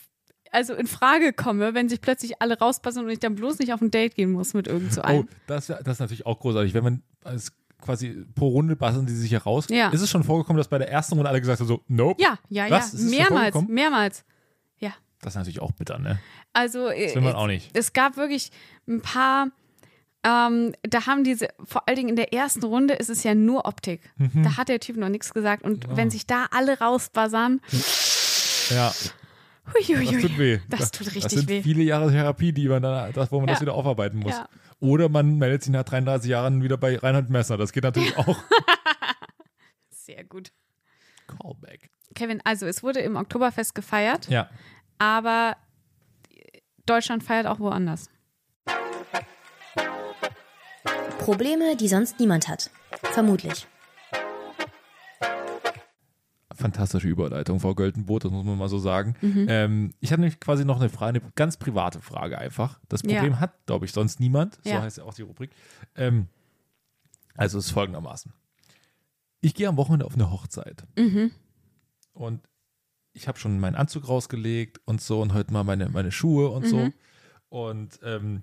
Speaker 3: also in Frage komme, wenn sich plötzlich alle rausbassern und ich dann bloß nicht auf ein Date gehen muss mit irgend so
Speaker 4: Oh,
Speaker 3: einem.
Speaker 4: das, wär- das ist natürlich auch großartig. Wenn man als quasi pro Runde basteln die sich heraus.
Speaker 3: Ja.
Speaker 4: Ist es schon vorgekommen, dass bei der ersten Runde alle gesagt haben, so, nope.
Speaker 3: Ja, ja,
Speaker 4: Was?
Speaker 3: ja.
Speaker 4: Ist das schon
Speaker 3: Mehrmals,
Speaker 4: vorgekommen?
Speaker 3: mehrmals. Ja.
Speaker 4: Das ist natürlich auch bitter, ne?
Speaker 3: Also das
Speaker 4: will man auch nicht.
Speaker 3: Es gab wirklich ein paar. Ähm, da haben diese, vor allen Dingen in der ersten Runde ist es ja nur Optik.
Speaker 4: Mhm.
Speaker 3: Da hat der Typ noch nichts gesagt. Und
Speaker 4: Ah.
Speaker 3: wenn sich da alle rausbasern,
Speaker 4: Ja,
Speaker 3: huiuiui,
Speaker 4: das tut weh.
Speaker 3: Das tut richtig
Speaker 4: Das sind
Speaker 3: weh.
Speaker 4: viele Jahre Therapie, die man dann, das, wo man
Speaker 3: Ja.
Speaker 4: das wieder aufarbeiten muss.
Speaker 3: Ja.
Speaker 4: Oder man meldet sich nach 33 Jahren wieder bei Reinhold Messner. Das geht natürlich auch.
Speaker 3: Sehr gut.
Speaker 4: Callback.
Speaker 3: Kevin, also es wurde im Oktoberfest gefeiert,
Speaker 4: Ja.
Speaker 3: aber Deutschland feiert auch woanders.
Speaker 1: Probleme, die sonst niemand hat. Vermutlich.
Speaker 4: Fantastische Überleitung, Frau Göltenboot, das muss man mal so sagen.
Speaker 3: Mhm.
Speaker 4: Ähm, ich habe nämlich quasi noch eine Frage, eine ganz private Frage einfach. Das
Speaker 3: Ja.
Speaker 4: Problem hat, glaube ich, sonst niemand. So
Speaker 3: Ja.
Speaker 4: heißt ja auch die Rubrik. Ähm, also es ist folgendermaßen. Ich gehe am Wochenende auf eine Hochzeit.
Speaker 3: Mhm.
Speaker 4: Und ich habe schon meinen Anzug rausgelegt und so und
Speaker 3: Mhm.
Speaker 4: heute mal meine, meine Schuhe und so. Und ähm,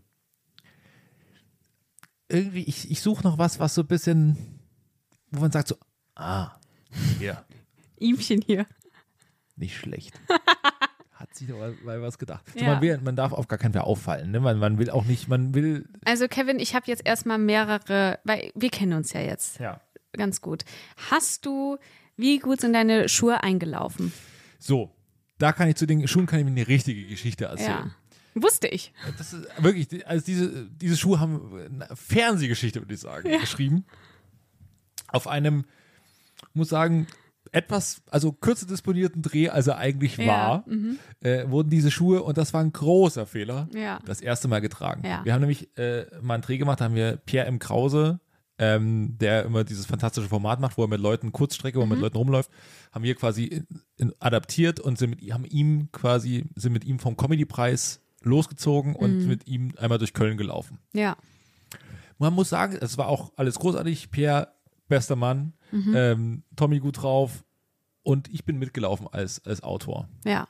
Speaker 4: irgendwie, ich, ich suche noch was, was so ein bisschen, wo man sagt so, ah, ja,
Speaker 3: Ihmchen hier.
Speaker 4: nicht schlecht. Hat sich doch mal- mal was gedacht. So,
Speaker 3: Ja.
Speaker 4: man, will, man darf auf gar keinen Fall auffallen. Ne? Man, man will auch nicht, man will,
Speaker 3: Also Kevin, ich habe jetzt erstmal mehrere, weil wir kennen uns ja jetzt
Speaker 4: ja.
Speaker 3: ganz gut. Hast du, wie gut sind deine Schuhe eingelaufen?
Speaker 4: So, da kann ich zu den Schuhen kann ich mir eine richtige Geschichte
Speaker 3: Ja.
Speaker 4: erzählen.
Speaker 3: Wusste ich.
Speaker 4: Das ist wirklich, die- also diese, diese Schuhe haben eine Fernsehgeschichte, würde ich sagen, geschrieben. Auf einem, muss sagen, etwas, also kürzer disponierten Dreh, als er eigentlich
Speaker 3: Ja, mhm.
Speaker 4: war, äh, wurden diese Schuhe, und das war ein großer Fehler,
Speaker 3: Ja.
Speaker 4: das erste Mal getragen.
Speaker 3: Ja.
Speaker 4: Wir haben nämlich äh, mal einen Dreh gemacht, da haben wir Pierre M. Krause, ähm, der immer dieses fantastische Format macht, wo er mit Leuten Kurzstrecke, wo er mit Leuten rumläuft, haben wir quasi in, in, adaptiert und sind mit, ihm- haben ihm quasi, sind mit ihm vom Comedy-Preis losgezogen und mit ihm einmal durch Köln gelaufen.
Speaker 3: Ja.
Speaker 4: Man muss sagen, es war auch alles großartig. Pierre, bester Mann, ähm, Tommy gut drauf und ich bin mitgelaufen als, als Autor.
Speaker 3: Ja.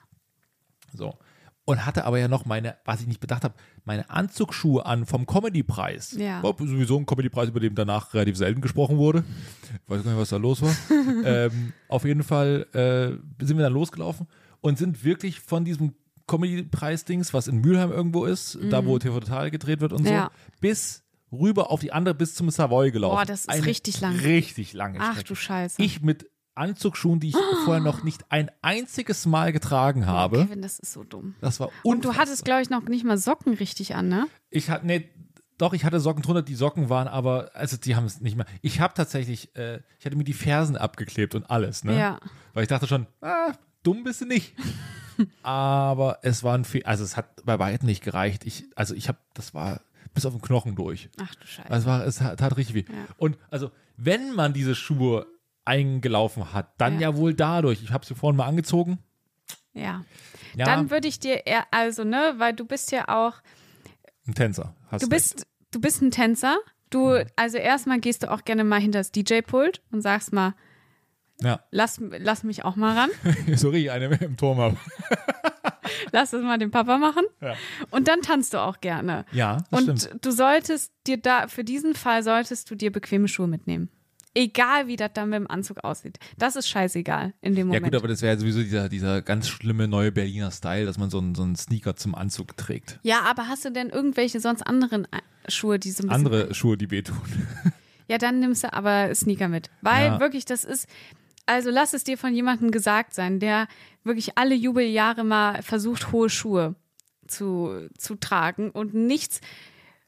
Speaker 4: So. Und hatte aber ja noch meine, was ich nicht bedacht habe, meine Anzugsschuhe an vom Comedy-Preis.
Speaker 3: Ja.
Speaker 4: War sowieso ein Comedy-Preis, über den danach relativ selten gesprochen wurde. Ich weiß gar nicht, was da los war. ähm, auf jeden Fall äh, sind wir dann losgelaufen und sind wirklich von diesem Comedy-Preis-Dings, was in Mülheim irgendwo ist, da wo TV Total gedreht wird und
Speaker 3: Mhm. Ja.
Speaker 4: so, bis rüber auf die andere, bis zum Savoy gelaufen.
Speaker 3: Boah, das ist
Speaker 4: Eine
Speaker 3: richtig lang.
Speaker 4: Richtig lange
Speaker 3: Ach
Speaker 4: Strecke.
Speaker 3: du Scheiße.
Speaker 4: Ich mit Anzugsschuhen, die ich vorher noch nicht ein einziges Mal getragen habe.
Speaker 3: Kevin, das ist so dumm.
Speaker 4: Das war unfassbar.
Speaker 3: Und du hattest, glaube ich, noch nicht mal Socken richtig an, ne?
Speaker 4: Ich hatte, nee, doch, ich hatte Socken drunter, die Socken waren aber, also die haben es nicht mehr. Ich habe tatsächlich, äh, ich hatte mir die Fersen abgeklebt und alles, ne?
Speaker 3: Ja.
Speaker 4: Weil ich dachte schon, ah, dumm bist du nicht. aber es war ein Fehler, also es hat bei weitem nicht gereicht. Ich, also ich habe, das war bis auf den Knochen durch.
Speaker 3: Ach du Scheiße.
Speaker 4: Also es war, es hat- tat richtig weh. Und also, wenn man diese Schuhe eingelaufen hat, dann ja,
Speaker 3: Ja.
Speaker 4: wohl dadurch. Ich habe sie vorhin mal angezogen.
Speaker 3: ja.
Speaker 4: Ja,
Speaker 3: Dann würde ich dir eher, also, ne, weil du bist ja auch,
Speaker 4: ein Tänzer. Hast
Speaker 3: du bist, du bist ein Tänzer. Du, also erstmal gehst du auch gerne mal hinter das DJ-Pult und sagst mal,
Speaker 4: recht. Ja,
Speaker 3: lass, lass mich auch mal ran.
Speaker 4: sorry, eine im Turm habe.
Speaker 3: lass es mal den Papa machen. Und dann tanzt du auch gerne.
Speaker 4: Ja, das
Speaker 3: Und
Speaker 4: stimmt.
Speaker 3: du solltest dir da, für diesen Fall solltest du dir bequeme Schuhe mitnehmen. Egal, wie das dann mit dem Anzug aussieht. Das ist scheißegal in dem
Speaker 4: Ja
Speaker 3: Moment.
Speaker 4: gut, aber das wäre sowieso dieser, dieser ganz schlimme neue Berliner Style, dass man so einen, so einen Sneaker zum Anzug trägt.
Speaker 3: Ja, aber hast du denn irgendwelche sonst anderen äh, Schuhe, die so ein bisschen.
Speaker 4: Andere Schuhe, die wehtun.
Speaker 3: Ja, dann nimmst du aber Sneaker mit. Weil
Speaker 4: Ja.
Speaker 3: wirklich, das ist. Also lass es dir von jemandem gesagt sein, der wirklich alle Jubeljahre mal versucht, hohe Schuhe zu, zu tragen. Und nichts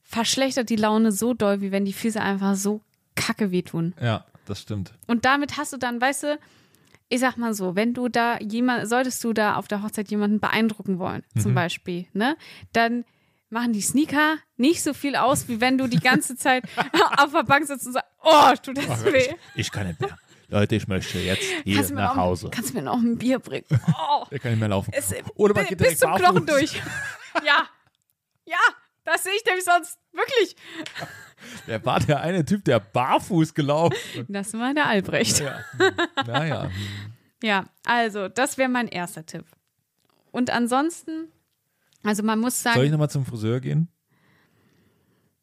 Speaker 3: verschlechtert die Laune so doll, wie wenn die Füße einfach so kacke wehtun.
Speaker 4: Ja, das stimmt.
Speaker 3: Und damit hast du dann, weißt du, ich sag mal so, wenn du da jemand, solltest du da auf der Hochzeit jemanden beeindrucken wollen, zum
Speaker 4: Mhm.
Speaker 3: Beispiel, ne, dann machen die Sneaker nicht so viel aus, wie wenn du die ganze Zeit auf der Bank sitzt und sagst, oh, tut das weh.
Speaker 4: Ich kann nicht mehr. Leute, ich möchte jetzt
Speaker 3: Kannst du mir noch, Kannst du mir noch ein Bier bringen? Oh,
Speaker 4: Ich kann nicht mehr laufen.
Speaker 3: es,
Speaker 4: Oder man
Speaker 3: bi-
Speaker 4: geht
Speaker 3: bis
Speaker 4: direkt
Speaker 3: zum Knochen
Speaker 4: barfuß.
Speaker 3: durch. ja, ja, das sehe ich nämlich sonst. Wirklich.
Speaker 4: Der war der eine Typ, der barfuß gelaufen ist.
Speaker 3: Das war der Albrecht.
Speaker 4: Ja. Naja.
Speaker 3: Ja, also, das wäre mein erster Tipp. Und ansonsten, also man muss sagen,
Speaker 4: Soll ich nochmal zum Friseur gehen?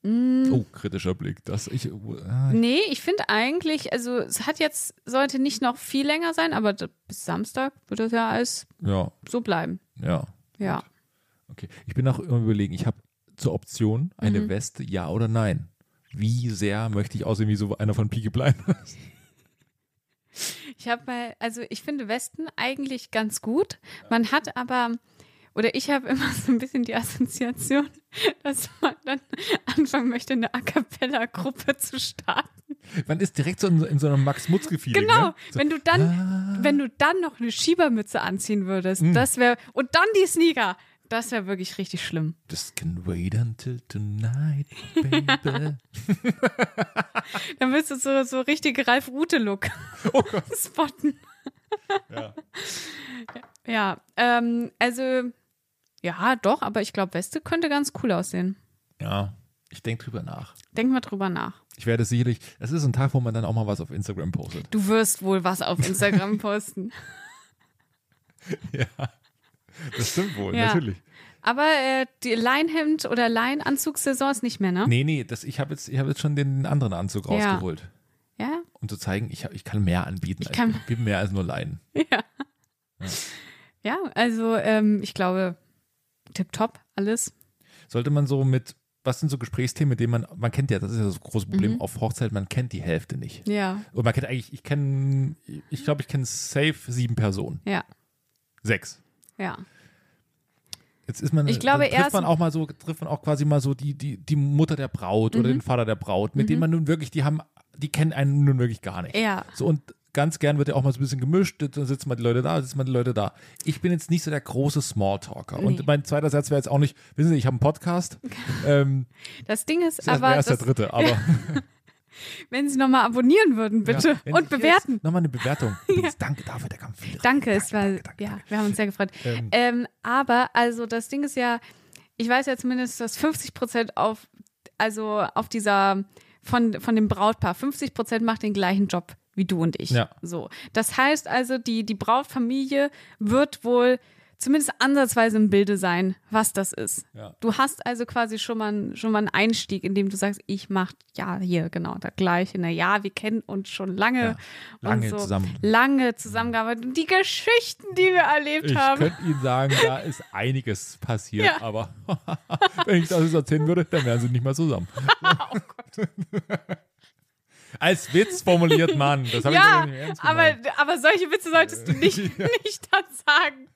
Speaker 3: Mm.
Speaker 4: Oh, kritischer Blick. Das, ich, ah,
Speaker 3: Nee, ich finde eigentlich, also es hat jetzt, sollte nicht noch viel länger sein, aber d- bis Samstag wird das ja alles
Speaker 4: ja,
Speaker 3: so bleiben.
Speaker 4: ja.
Speaker 3: Ja.
Speaker 4: Okay. Ich bin auch immer überlegen, ich habe zur Option eine
Speaker 3: Mhm.
Speaker 4: Weste, ja oder nein. Wie sehr möchte ich aussehen wie so einer von Peaky Blinders?
Speaker 3: Ich habe mal, also ich finde Westen eigentlich ganz gut. Man hat aber, oder ich habe immer so ein bisschen die Assoziation, dass man dann anfangen möchte, eine A cappella-Gruppe zu starten.
Speaker 4: Man ist direkt so in, in so einem Max-Mutzke-Feeling.
Speaker 3: Genau.
Speaker 4: Ne? So, ah.
Speaker 3: Wenn du dann, wenn du dann noch eine Schiebermütze anziehen würdest,
Speaker 4: Hm.
Speaker 3: das wäre, und dann die Sneaker, das wäre wirklich richtig schlimm.
Speaker 4: Just can wait until tonight, baby.
Speaker 3: Dann willst du so, so richtige Ralf-Rute-Look
Speaker 4: Oh
Speaker 3: spotten. Ja, ähm, also, ja, doch, aber ich glaube, Weste könnte ganz cool aussehen.
Speaker 4: ja, ich denke drüber nach.
Speaker 3: Denk mal drüber nach.
Speaker 4: Ich werde sicherlich, es ist ein Tag, wo man dann auch mal was auf Instagram postet.
Speaker 3: Du wirst wohl was auf Instagram posten.
Speaker 4: Das stimmt wohl,
Speaker 3: Ja. Aber äh, die Leinhemd- oder Leinanzugssaison ist nicht mehr, ne?
Speaker 4: Nee, nee, das, ich habe jetzt, ich hab jetzt schon den anderen Anzug
Speaker 3: Ja.
Speaker 4: rausgeholt.
Speaker 3: Ja?
Speaker 4: Um zu zeigen, ich, hab- ich kann mehr anbieten. Ich
Speaker 3: kann-
Speaker 4: ich bin mehr als nur Leinen.
Speaker 3: Ja, also ähm, ich glaube, tipptopp alles.
Speaker 4: Sollte man so mit, was sind so Gesprächsthemen, mit denen man, man kennt ja, das ist ja das große
Speaker 3: Mhm.
Speaker 4: Problem auf Hochzeit, man kennt die Hälfte nicht.
Speaker 3: Ja,
Speaker 4: Und man kennt eigentlich, ich kenne, ich glaube, ich kenne safe sieben Personen.
Speaker 3: ja,
Speaker 4: Sechs.
Speaker 3: ja.
Speaker 4: Jetzt ist man,
Speaker 3: Ich glaube,
Speaker 4: dann trifft
Speaker 3: erst-
Speaker 4: man auch mal so, trifft man auch quasi mal so die, die, die Mutter der Braut
Speaker 3: Mhm.
Speaker 4: oder den Vater der Braut, mit denen man nun wirklich, die haben, die kennen einen nun wirklich gar nicht.
Speaker 3: Ja.
Speaker 4: So und ganz gern wird ja auch mal so ein bisschen gemischt, dann sitzen mal die Leute da, sitzen mal die Leute da. Ich bin jetzt nicht so der große Smalltalker.
Speaker 3: Nee.
Speaker 4: Und mein zweiter Satz wäre jetzt auch nicht, wissen Sie, ich habe einen Podcast. ähm,
Speaker 3: Das Ding ist
Speaker 4: das
Speaker 3: aber,
Speaker 4: wäre erst der
Speaker 3: dass,
Speaker 4: dritte, aber.
Speaker 3: wenn Sie nochmal abonnieren würden, bitte.
Speaker 4: Wenn
Speaker 3: Und
Speaker 4: ich jetzt
Speaker 3: bewerten.
Speaker 4: Nochmal eine Bewertung. Übrigens, Danke dafür, der kam viel.
Speaker 3: Danke, es war, ja, wir haben uns sehr gefreut. Ähm, aber, also, das Ding ist ja, ich weiß ja zumindest, dass 50 Prozent auf, also auf dieser, von, von dem Brautpaar, 50 Prozent macht den gleichen Job wie du und ich.
Speaker 4: Ja.
Speaker 3: So. Das heißt also, die, die Brautfamilie wird wohl zumindest ansatzweise im Bilde sein, was das ist.
Speaker 4: Ja.
Speaker 3: Du hast also quasi schon mal, einen- schon mal einen Einstieg, indem du sagst, ich mache ja hier genau das Gleiche. Na ja, wir kennen uns schon lange.
Speaker 4: Ja, lange
Speaker 3: und so.
Speaker 4: zusammen.
Speaker 3: Lange zusammengearbeitet. Und die Geschichten, die wir erlebt
Speaker 4: Ich
Speaker 3: haben.
Speaker 4: könnte Ihnen sagen, da ist einiges passiert,
Speaker 3: Ja.
Speaker 4: aber wenn ich das jetzt erzählen würde, dann wären sie nicht mehr zusammen.
Speaker 3: Oh
Speaker 4: Als Witz formuliert, Mann. Das habe ich
Speaker 3: Ja,
Speaker 4: mir nicht ernst
Speaker 3: aber,
Speaker 4: gemeint.
Speaker 3: aber solche Witze solltest du nicht, nicht dann sagen.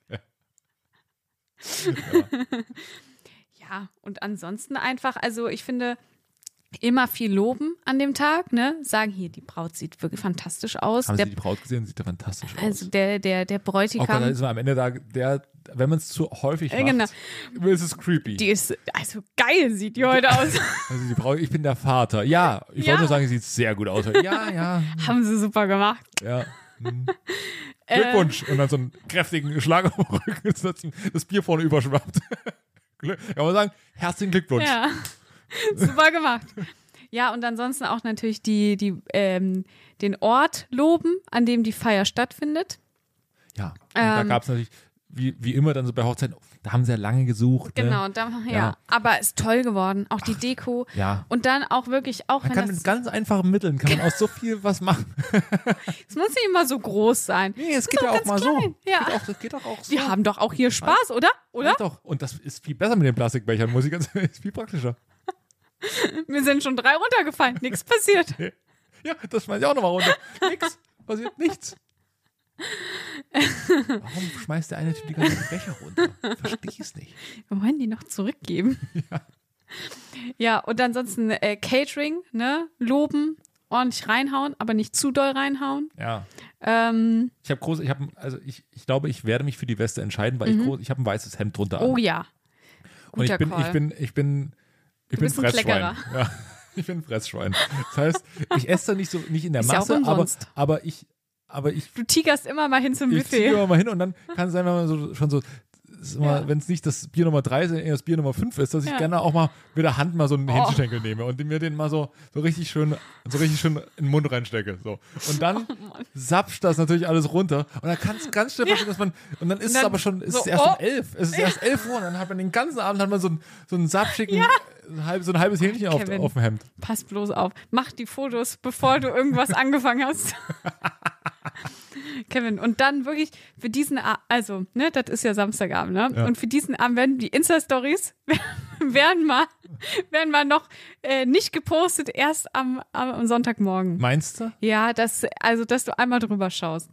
Speaker 3: Ja, und ansonsten einfach, also ich finde, immer viel loben an dem Tag, ne? Sagen hier, die Braut sieht wirklich fantastisch aus.
Speaker 4: Haben
Speaker 3: Der,
Speaker 4: Sie die Braut gesehen? Sieht ja fantastisch
Speaker 3: also
Speaker 4: aus.
Speaker 3: der, der, der
Speaker 4: Oh Gott, da
Speaker 3: Bräutigam,
Speaker 4: ist man am Ende da, der, wenn man es zu häufig
Speaker 3: Äh,
Speaker 4: macht,
Speaker 3: genau.
Speaker 4: ist es creepy.
Speaker 3: die ist, also geil sieht die heute aus.
Speaker 4: also die Braut, ich bin der Vater. Ja, ich
Speaker 3: Ja.
Speaker 4: wollte nur sagen, sie sieht sehr gut aus. Ja, ja,
Speaker 3: haben sie super gemacht.
Speaker 4: Ja. Mhm.
Speaker 3: Äh.
Speaker 4: Glückwunsch. Und dann so einen kräftigen Schlag auf den Rücken, dass das Bier vorne überschwappt. Glück- Kann man sagen, herzlichen Glückwunsch.
Speaker 3: Ja, super gemacht. Ja, und ansonsten auch natürlich die, die, ähm, den Ort loben, an dem die Feier stattfindet.
Speaker 4: Ja. Und da
Speaker 3: Ähm.
Speaker 4: gab es natürlich, wie, wie immer dann so bei Hochzeiten, da haben sie ja lange gesucht.
Speaker 3: Genau,
Speaker 4: Ne?
Speaker 3: und dann, ja.
Speaker 4: Ja.
Speaker 3: Aber ist toll geworden. Auch die Deko.
Speaker 4: ja.
Speaker 3: Und dann auch wirklich, auch
Speaker 4: Man
Speaker 3: wenn
Speaker 4: kann mit
Speaker 3: das.
Speaker 4: ganz einfachen Mitteln, kann man aus so viel was machen.
Speaker 3: Es muss nicht immer so groß sein.
Speaker 4: Nee, es geht ja auch
Speaker 3: ganz
Speaker 4: mal
Speaker 3: klein.
Speaker 4: so.
Speaker 3: Ja.
Speaker 4: Geht auch, das geht doch auch so.
Speaker 3: Die haben doch auch hier Spaß, oder? Oder?
Speaker 4: Geht Doch. Und das ist viel besser mit den Plastikbechern, muss ich ganz sagen. Ist viel praktischer.
Speaker 3: Mir sind schon drei runtergefallen. Nichts passiert.
Speaker 4: Ja, das schmeiß ich auch nochmal runter. Nix. Passiert nichts. Warum schmeißt der eine Typ die ganzen Becher runter? Verstehe es nicht.
Speaker 3: Wir wollen die noch zurückgeben. Ja, und ansonsten äh, Catering, ne? Loben, ordentlich reinhauen, aber nicht zu doll reinhauen.
Speaker 4: Ja.
Speaker 3: Ähm,
Speaker 4: Ich habe große, ich habe, also ich, ich glaube, ich werde mich für die Weste entscheiden, weil ich groß, ich habe ein weißes Hemd drunter an.
Speaker 3: Mhm. oh ja.
Speaker 4: Und ich
Speaker 3: guter
Speaker 4: bin, ich
Speaker 3: Call.
Speaker 4: bin, ich bin, ich bin
Speaker 3: bist ein
Speaker 4: Fressschwein. Ja, ich bin ein Fressschwein. Das heißt, ich esse da nicht so, nicht in der
Speaker 3: Ist ja auch
Speaker 4: Masse, aber,
Speaker 3: umsonst.
Speaker 4: aber ich, aber ich
Speaker 3: Du tigerst immer mal hin zum
Speaker 4: Ich ziehe um.
Speaker 3: Buffet.
Speaker 4: immer mal hin und dann kann es sein, wenn man so, schon so, wenn es nicht das Bier Nummer 3, sondern eher das Bier Nummer 5 ist, dass ich
Speaker 3: Ja. Oh.
Speaker 4: gerne auch mal mit der Hand mal so einen Hähnchenschenkel nehme und mir den mal so, so richtig schön, so richtig schön in den Mund reinstecke. So. Und dann
Speaker 3: Oh
Speaker 4: sapscht das natürlich alles runter und dann kann es ganz schnell passieren, dass man, und dann ist
Speaker 3: dann
Speaker 4: es aber schon, ist
Speaker 3: so,
Speaker 4: es erst
Speaker 3: oh.
Speaker 4: um 11, es ist erst 11 Uhr und dann hat man den ganzen Abend hat man so, einen- so einen sapschigen, ein halb- so ein halbes Hähnchen auf,
Speaker 3: Kevin.
Speaker 4: auf dem Hemd.
Speaker 3: Pass bloß auf. Mach die Fotos, bevor du irgendwas angefangen hast. Kevin, und dann wirklich für diesen Abend, also, ne, das ist ja Samstagabend, ne?
Speaker 4: Ja.
Speaker 3: Und für diesen Abend werden die Insta-Stories werden mal, werden mal noch äh, nicht gepostet, erst am, am Sonntagmorgen.
Speaker 4: Meinst du?
Speaker 3: Ja, das, also, dass du einmal drüber schaust.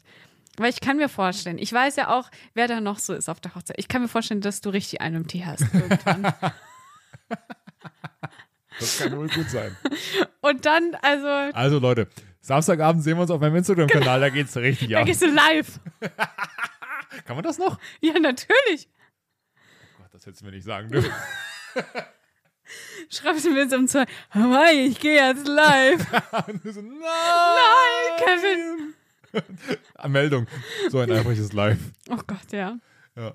Speaker 3: Weil ich kann mir vorstellen, ich weiß ja auch, wer da noch so ist auf der Hochzeit. Ich kann mir vorstellen, dass du richtig einen im Tee hast.
Speaker 4: Das kann wohl gut sein.
Speaker 3: Und dann, also,
Speaker 4: Also Leute, Samstagabend sehen wir uns auf meinem Instagram-Kanal, da geht's richtig
Speaker 3: Genau. da
Speaker 4: ab.
Speaker 3: gehst du live.
Speaker 4: Kann man das noch?
Speaker 3: Ja, natürlich.
Speaker 4: Gott, das hättest du mir nicht sagen dürfen.
Speaker 3: Schreibst du mir so um zwei. Hör mal, ich gehe jetzt live.
Speaker 4: Und du so, nein! nein!
Speaker 3: Kevin.
Speaker 4: Ah, Meldung. So ein einfaches Live.
Speaker 3: Oh Gott, ja.
Speaker 4: Ja.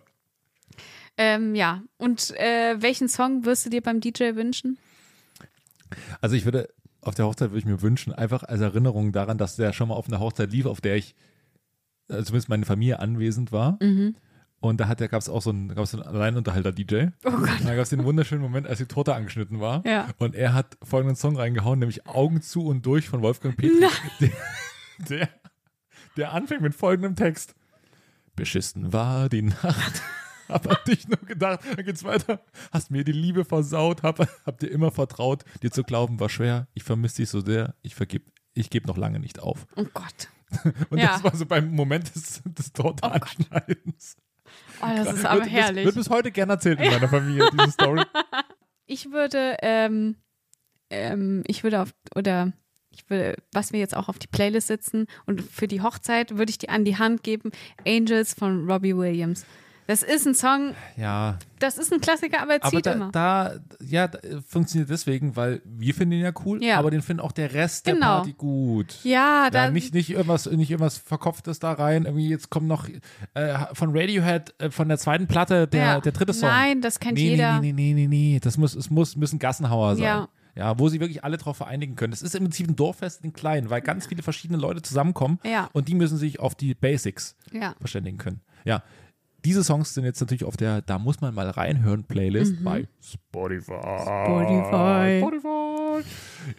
Speaker 3: Ähm, ja. Und äh, welchen Song wirst du dir beim DJ wünschen?
Speaker 4: Also ich würde, auf der Hochzeit würde ich mir wünschen, einfach als Erinnerung daran,
Speaker 3: Mhm.
Speaker 4: dass der schon mal auf einer Hochzeit lief, auf der ich, äh, zumindest meine Familie anwesend war. Und da hat, gab es auch so einen, gab's einen Alleinunterhalter-DJ.
Speaker 3: Oh Gott.
Speaker 4: Da gab es den wunderschönen Moment, als die Torte angeschnitten war.
Speaker 3: Ja.
Speaker 4: Und er hat folgenden Song reingehauen, nämlich Augen zu und durch von Wolfgang Petri. Der, der, der anfängt mit folgendem Text. Beschissen war die Nacht. Hab an dich nur gedacht. Dann geht's weiter. Hast mir die Liebe versaut. Hab, hab dir immer vertraut. Dir zu glauben war schwer. Ich vermisse dich so sehr. Ich vergib. Ich gebe noch lange nicht auf.
Speaker 3: Oh Gott.
Speaker 4: Und
Speaker 3: Ja.
Speaker 4: das war so beim Moment des, des Tortanschneidens.
Speaker 3: Oh, das ist aber
Speaker 4: wird,
Speaker 3: herrlich.
Speaker 4: Wird bis heute gern erzählt in meiner Familie, diese Story.
Speaker 3: ich würde, ähm, ähm, ich würde auf, oder ich würde, was wir jetzt auch auf die Playlist setzen und für die Hochzeit würde ich dir an die Hand geben, Angels von Robbie Williams. Das ist ein Song,
Speaker 4: Ja,
Speaker 3: das ist ein Klassiker, aber er
Speaker 4: aber
Speaker 3: zieht
Speaker 4: da,
Speaker 3: immer.
Speaker 4: da, ja, da, äh, funktioniert deswegen, weil wir finden ihn ja cool,
Speaker 3: Ja.
Speaker 4: aber den finden auch der Rest der
Speaker 3: Genau.
Speaker 4: Party gut.
Speaker 3: ja, da,
Speaker 4: Ja, nicht, nicht, irgendwas, nicht irgendwas Verkopftes da rein. Irgendwie jetzt kommt noch äh, von Radiohead, äh, von der zweiten Platte, der,
Speaker 3: ja.
Speaker 4: der dritte Song.
Speaker 3: Nein, das kennt
Speaker 4: nee,
Speaker 3: jeder.
Speaker 4: nee, nee, nee, nee, nee. Das muss, es muss, müssen Gassenhauer sein.
Speaker 3: Ja.
Speaker 4: Ja. wo sie wirklich alle drauf vereinigen können. Das ist im Prinzip ein Dorffest in klein, weil ganz viele verschiedene Leute zusammenkommen
Speaker 3: Ja.
Speaker 4: und die müssen sich auf die Basics
Speaker 3: Ja.
Speaker 4: verständigen können. Ja, diese Songs sind jetzt natürlich auf der Da muss man mal reinhören Playlist bei
Speaker 3: Mhm. Spotify.
Speaker 4: Spotify.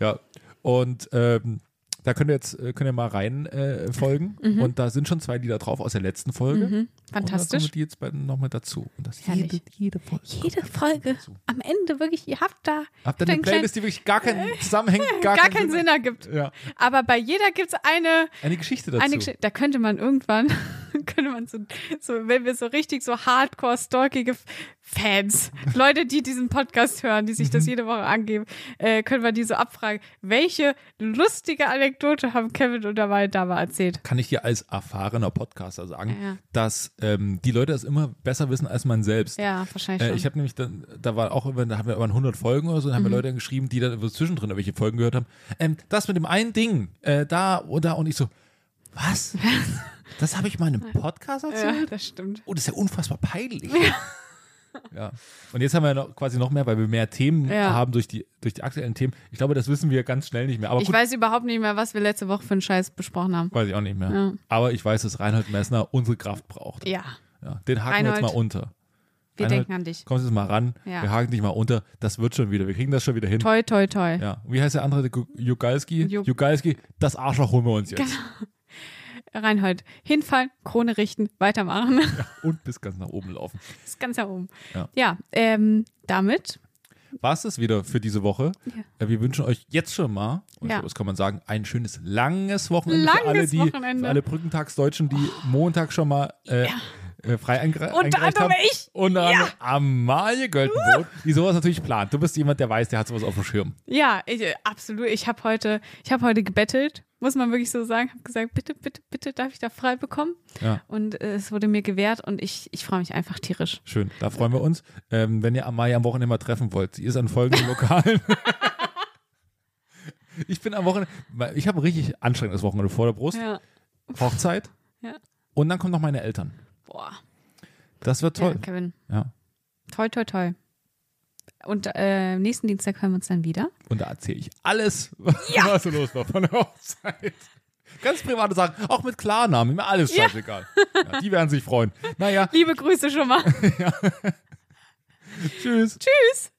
Speaker 4: Ja, und ähm, da könnt ihr jetzt äh, könnt ihr mal rein äh, folgen. Und da sind schon zwei Lieder drauf aus der letzten Folge. Und dann
Speaker 3: Mhm. Fantastisch.
Speaker 4: kommen die jetzt bei- nochmal dazu. Und das
Speaker 3: Herrlich.
Speaker 4: jede, jede Folge.
Speaker 3: Jede Folge am Ende wirklich, ihr habt da
Speaker 4: Habt ihr
Speaker 3: da
Speaker 4: eine
Speaker 3: einen kleinen-
Speaker 4: Playlist, die wirklich gar keinen Zusammenhang, gar,
Speaker 3: gar, keinen Sinn ergibt.
Speaker 4: Ja,
Speaker 3: Aber bei jeder gibt es eine,
Speaker 4: eine Geschichte dazu.
Speaker 3: eine Geschichte. Da könnte man irgendwann, könnte man so, so, wenn wir so richtig so hardcore stalkige F- Fans, Leute, die diesen Podcast hören, die sich das
Speaker 4: Mhm.
Speaker 3: jede Woche angeben, äh, können wir die so abfragen, welche lustige Anekdote haben Kevin und der Wald da mal erzählt?
Speaker 4: Kann ich dir als erfahrener Podcaster sagen,
Speaker 3: Ja.
Speaker 4: dass ähm, die Leute das immer besser wissen als man selbst.
Speaker 3: Ja, wahrscheinlich
Speaker 4: Äh,
Speaker 3: schon. Mhm.
Speaker 4: ich habe nämlich dann, da war auch immer, da haben wir über 100 Folgen oder so, da haben wir Leute dann geschrieben, die dann zwischendrin irgendwelche Folgen gehört haben. Ähm, das mit dem einen Ding, äh, da und da und ich so, was? Das habe ich mal in einem Podcast erzählt?
Speaker 3: ja, das stimmt.
Speaker 4: Oh, das ist ja unfassbar peinlich. Ja. Und jetzt haben wir noch, quasi noch mehr, weil wir mehr Themen
Speaker 3: Ja.
Speaker 4: haben durch die, durch die aktuellen Themen. Ich glaube, das wissen wir ganz schnell nicht mehr. Aber
Speaker 3: Ich
Speaker 4: gut,
Speaker 3: weiß überhaupt nicht mehr, was wir letzte Woche für einen Scheiß besprochen haben.
Speaker 4: weiß ich auch nicht mehr.
Speaker 3: Ja.
Speaker 4: Aber ich weiß, dass Reinhold Messner unsere Kraft braucht.
Speaker 3: Ja,
Speaker 4: Ja, den haken wir
Speaker 3: Reinhold.
Speaker 4: jetzt mal unter.
Speaker 3: wir
Speaker 4: Reinhold,
Speaker 3: denken an dich.
Speaker 4: Kommst jetzt mal ran,
Speaker 3: Ja.
Speaker 4: wir haken dich mal unter. Das wird schon wieder. Wir kriegen das schon wieder hin.
Speaker 3: Toi, toi, toi.
Speaker 4: Ja, wie heißt der andere? Der Gu- Jugalski?
Speaker 3: Ju- Genau.
Speaker 4: Jugalski, das Arschloch holen wir uns jetzt.
Speaker 3: Reinhold, hinfallen, Krone richten, weitermachen.
Speaker 4: Und bis ganz nach oben laufen.
Speaker 3: Das ist ganz herum.
Speaker 4: Ja.
Speaker 3: ja ähm, damit
Speaker 4: War es das wieder für diese Woche? Äh, Wir wünschen euch jetzt schon mal, und ich
Speaker 3: Ja.
Speaker 4: glaube, das kann man sagen, ein schönes langes Wochenende für alle,
Speaker 3: Langes
Speaker 4: die,
Speaker 3: Wochenende. Oh.
Speaker 4: für alle Brückentagsdeutschen, die Montag schon mal äh, äh, frei eingere
Speaker 3: Unter
Speaker 4: eingereicht
Speaker 3: anderem
Speaker 4: haben.
Speaker 3: ich.
Speaker 4: Unter anderem Amalie Göltenbrot, die sowas natürlich plant. Du bist jemand, der weiß, der hat sowas auf dem Schirm.
Speaker 3: Ja, ich, äh, absolut. Ich habe heute, ich habe heute gebettelt, muss man wirklich so sagen. Habe gesagt, bitte, bitte, bitte, darf ich da frei bekommen?
Speaker 4: Ja.
Speaker 3: Und äh, es wurde mir gewährt und ich, ich freue mich einfach tierisch.
Speaker 4: Schön, da freuen wir uns. Ähm, wenn ihr Amaya am Wochenende mal treffen wollt, sie ist an folgenden Lokalen. ich bin am Wochenende, weil ich habe ein richtig anstrengendes Wochenende vor der Brust.
Speaker 3: Ja,
Speaker 4: Hochzeit.
Speaker 3: Ja.
Speaker 4: Und dann kommen noch meine Eltern.
Speaker 3: boah.
Speaker 4: Das wird
Speaker 3: Ja,
Speaker 4: toll.
Speaker 3: Kevin,
Speaker 4: Ja.
Speaker 3: toi, toi, toi. Und äh, nächsten Dienstag hören wir uns dann wieder.
Speaker 4: Und da erzähle ich alles, was da so los war von der Hochzeit. Ganz private Sachen, auch mit Klarnamen, mir alles scheißegal. Ja. die werden sich freuen. Naja,
Speaker 3: Liebe Grüße schon mal.
Speaker 4: tschüss.
Speaker 3: Tschüss.